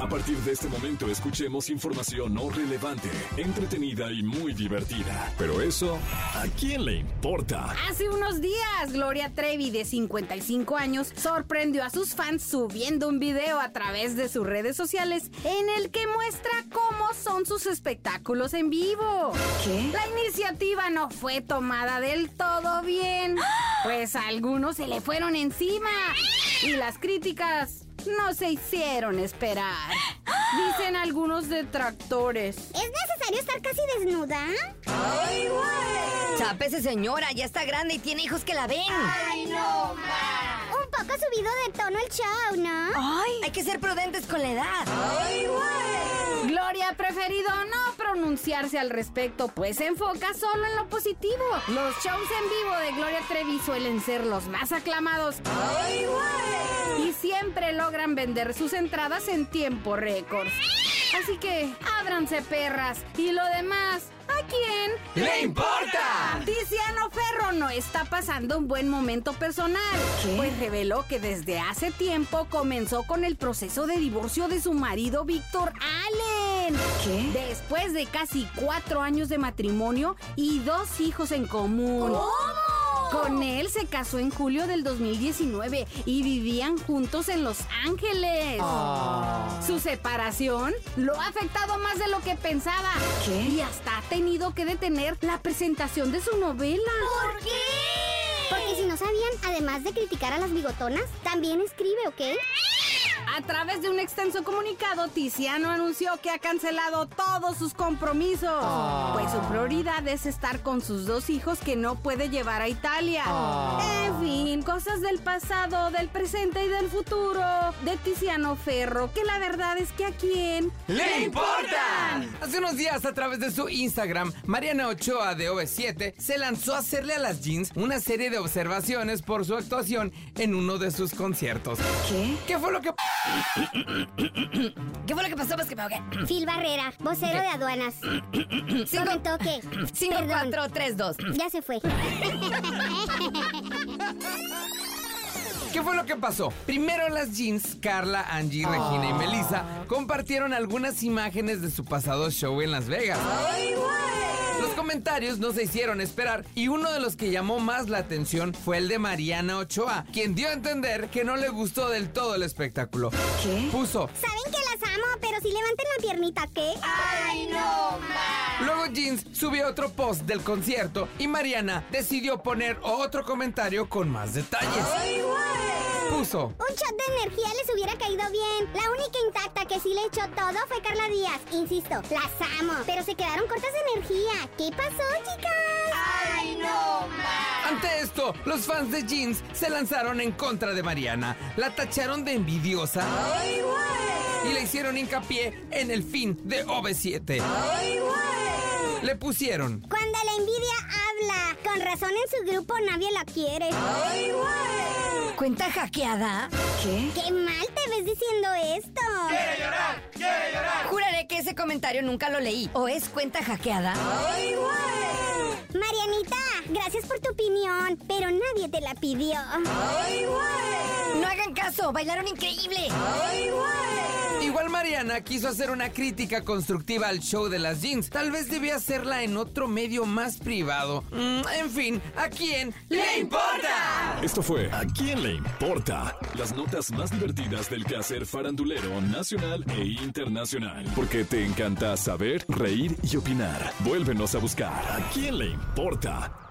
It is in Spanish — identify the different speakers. Speaker 1: A partir de este momento escuchemos información no relevante, entretenida y muy divertida. Pero eso, ¿a quién le importa?
Speaker 2: Hace unos días, Gloria Trevi, de 55 años, sorprendió a sus fans subiendo un video a través de sus redes sociales en el que muestra cómo son sus espectáculos en vivo.
Speaker 3: ¿Qué?
Speaker 2: La iniciativa no fue tomada del todo bien, pues a algunos se le fueron encima y las críticas no se hicieron esperar. Dicen algunos detractores.
Speaker 4: ¿Es necesario estar casi desnuda?
Speaker 3: Chápese, señora, ya está grande y tiene hijos que la ven.
Speaker 4: Un poco subido de tono el show, ¿no?
Speaker 3: Hay que ser prudentes con la edad.
Speaker 2: Gloria ha preferido no pronunciarse al respecto, pues se enfoca solo en lo positivo. Los shows en vivo de Gloria Trevi suelen ser los más aclamados. Y siempre logran vender sus entradas en tiempo récord. Así que ábranse perras y lo demás. ¿A quién?
Speaker 5: ¡Le importa!
Speaker 2: Tiziano Ferro no está pasando un buen momento personal, pues reveló que desde hace tiempo comenzó con el proceso de divorcio de su marido Víctor Allen.
Speaker 3: ¿Qué?
Speaker 2: Después de casi cuatro años de matrimonio y dos hijos en común. Con él se casó en julio del 2019 y vivían juntos en Los Ángeles.
Speaker 4: Ah.
Speaker 2: Su separación lo ha afectado más de lo que pensaba.
Speaker 3: ¿Qué?
Speaker 2: Y hasta ha tenido que detener la presentación de su novela.
Speaker 4: ¿Por qué? Porque si no sabían, además de criticar a las bigotonas, también escribe, ¿ok?
Speaker 2: A través de un extenso comunicado, Tiziano anunció que ha cancelado todos sus compromisos.
Speaker 5: Ah.
Speaker 2: Pues su prioridad es estar con sus dos hijos que no puede llevar a Italia.
Speaker 5: Ah.
Speaker 2: En fin, cosas del pasado, del presente y del futuro de Tiziano Ferro, que la verdad es que a quién
Speaker 5: ¡Le importan! Hace unos días, a través de su Instagram, Mariana Ochoa de OV7 se lanzó a hacerle a las jeans una serie de observaciones por su actuación en uno de sus conciertos.
Speaker 3: ¿Qué?
Speaker 5: ¿Qué fue lo que
Speaker 3: ¿Qué fue lo que pasó? Pues que me ahogué.
Speaker 4: Phil Barrera, vocero de aduanas. Comentó que...
Speaker 3: 5,
Speaker 4: Perdón,
Speaker 3: 4, 3, 2.
Speaker 4: ya se fue.
Speaker 5: ¿Qué fue lo que pasó? Primero las jeans, Carla, Angie, Regina y Melissa compartieron algunas imágenes de su pasado show en Las Vegas. Los comentarios no se hicieron esperar y uno de los que llamó más la atención fue el de Mariana Ochoa, quien dio a entender que no le gustó del todo el espectáculo.
Speaker 3: ¿Qué?
Speaker 5: Puso,
Speaker 4: Saben que las amo, pero si levanten la piernita, ¿qué? ¡Ay, no, ma!
Speaker 5: Luego Jeans subió otro post del concierto y Mariana decidió poner otro comentario con más detalles. Puso,
Speaker 4: Un shot de energía les hubiera caído bien. La única intacta que sí le echó todo fue Carla Díaz. Insisto, las amo. Pero se quedaron cortas de energía. ¿Qué pasó, chicas? ¡Ay, no, ma!
Speaker 5: ante esto, los fans de Jeans se lanzaron en contra de Mariana, la tacharon de envidiosa y le hicieron hincapié en el fin de OV7. Le pusieron,
Speaker 4: Cuando la envidia habla, con razón en su grupo nadie la quiere.
Speaker 3: ¿Cuenta hackeada? ¿Qué?
Speaker 4: ¡Qué mal te ves diciendo esto!
Speaker 3: Juraré que ese comentario nunca lo leí. ¿O es cuenta hackeada?
Speaker 4: Marianita, gracias por tu opinión, pero nadie te la pidió.
Speaker 3: No hagan caso, bailaron increíble.
Speaker 5: Igual Mariana quiso hacer una crítica constructiva al show de las jeans. Tal vez debía hacerla en otro medio más privado. Mm, en fin, ¿a quién le importa?
Speaker 1: Esto fue ¿A quién le importa? Las notas más divertidas del quehacer farandulero nacional e internacional. Porque te encanta saber, reír y opinar. Vuélvenos a buscar ¿A quién le importa?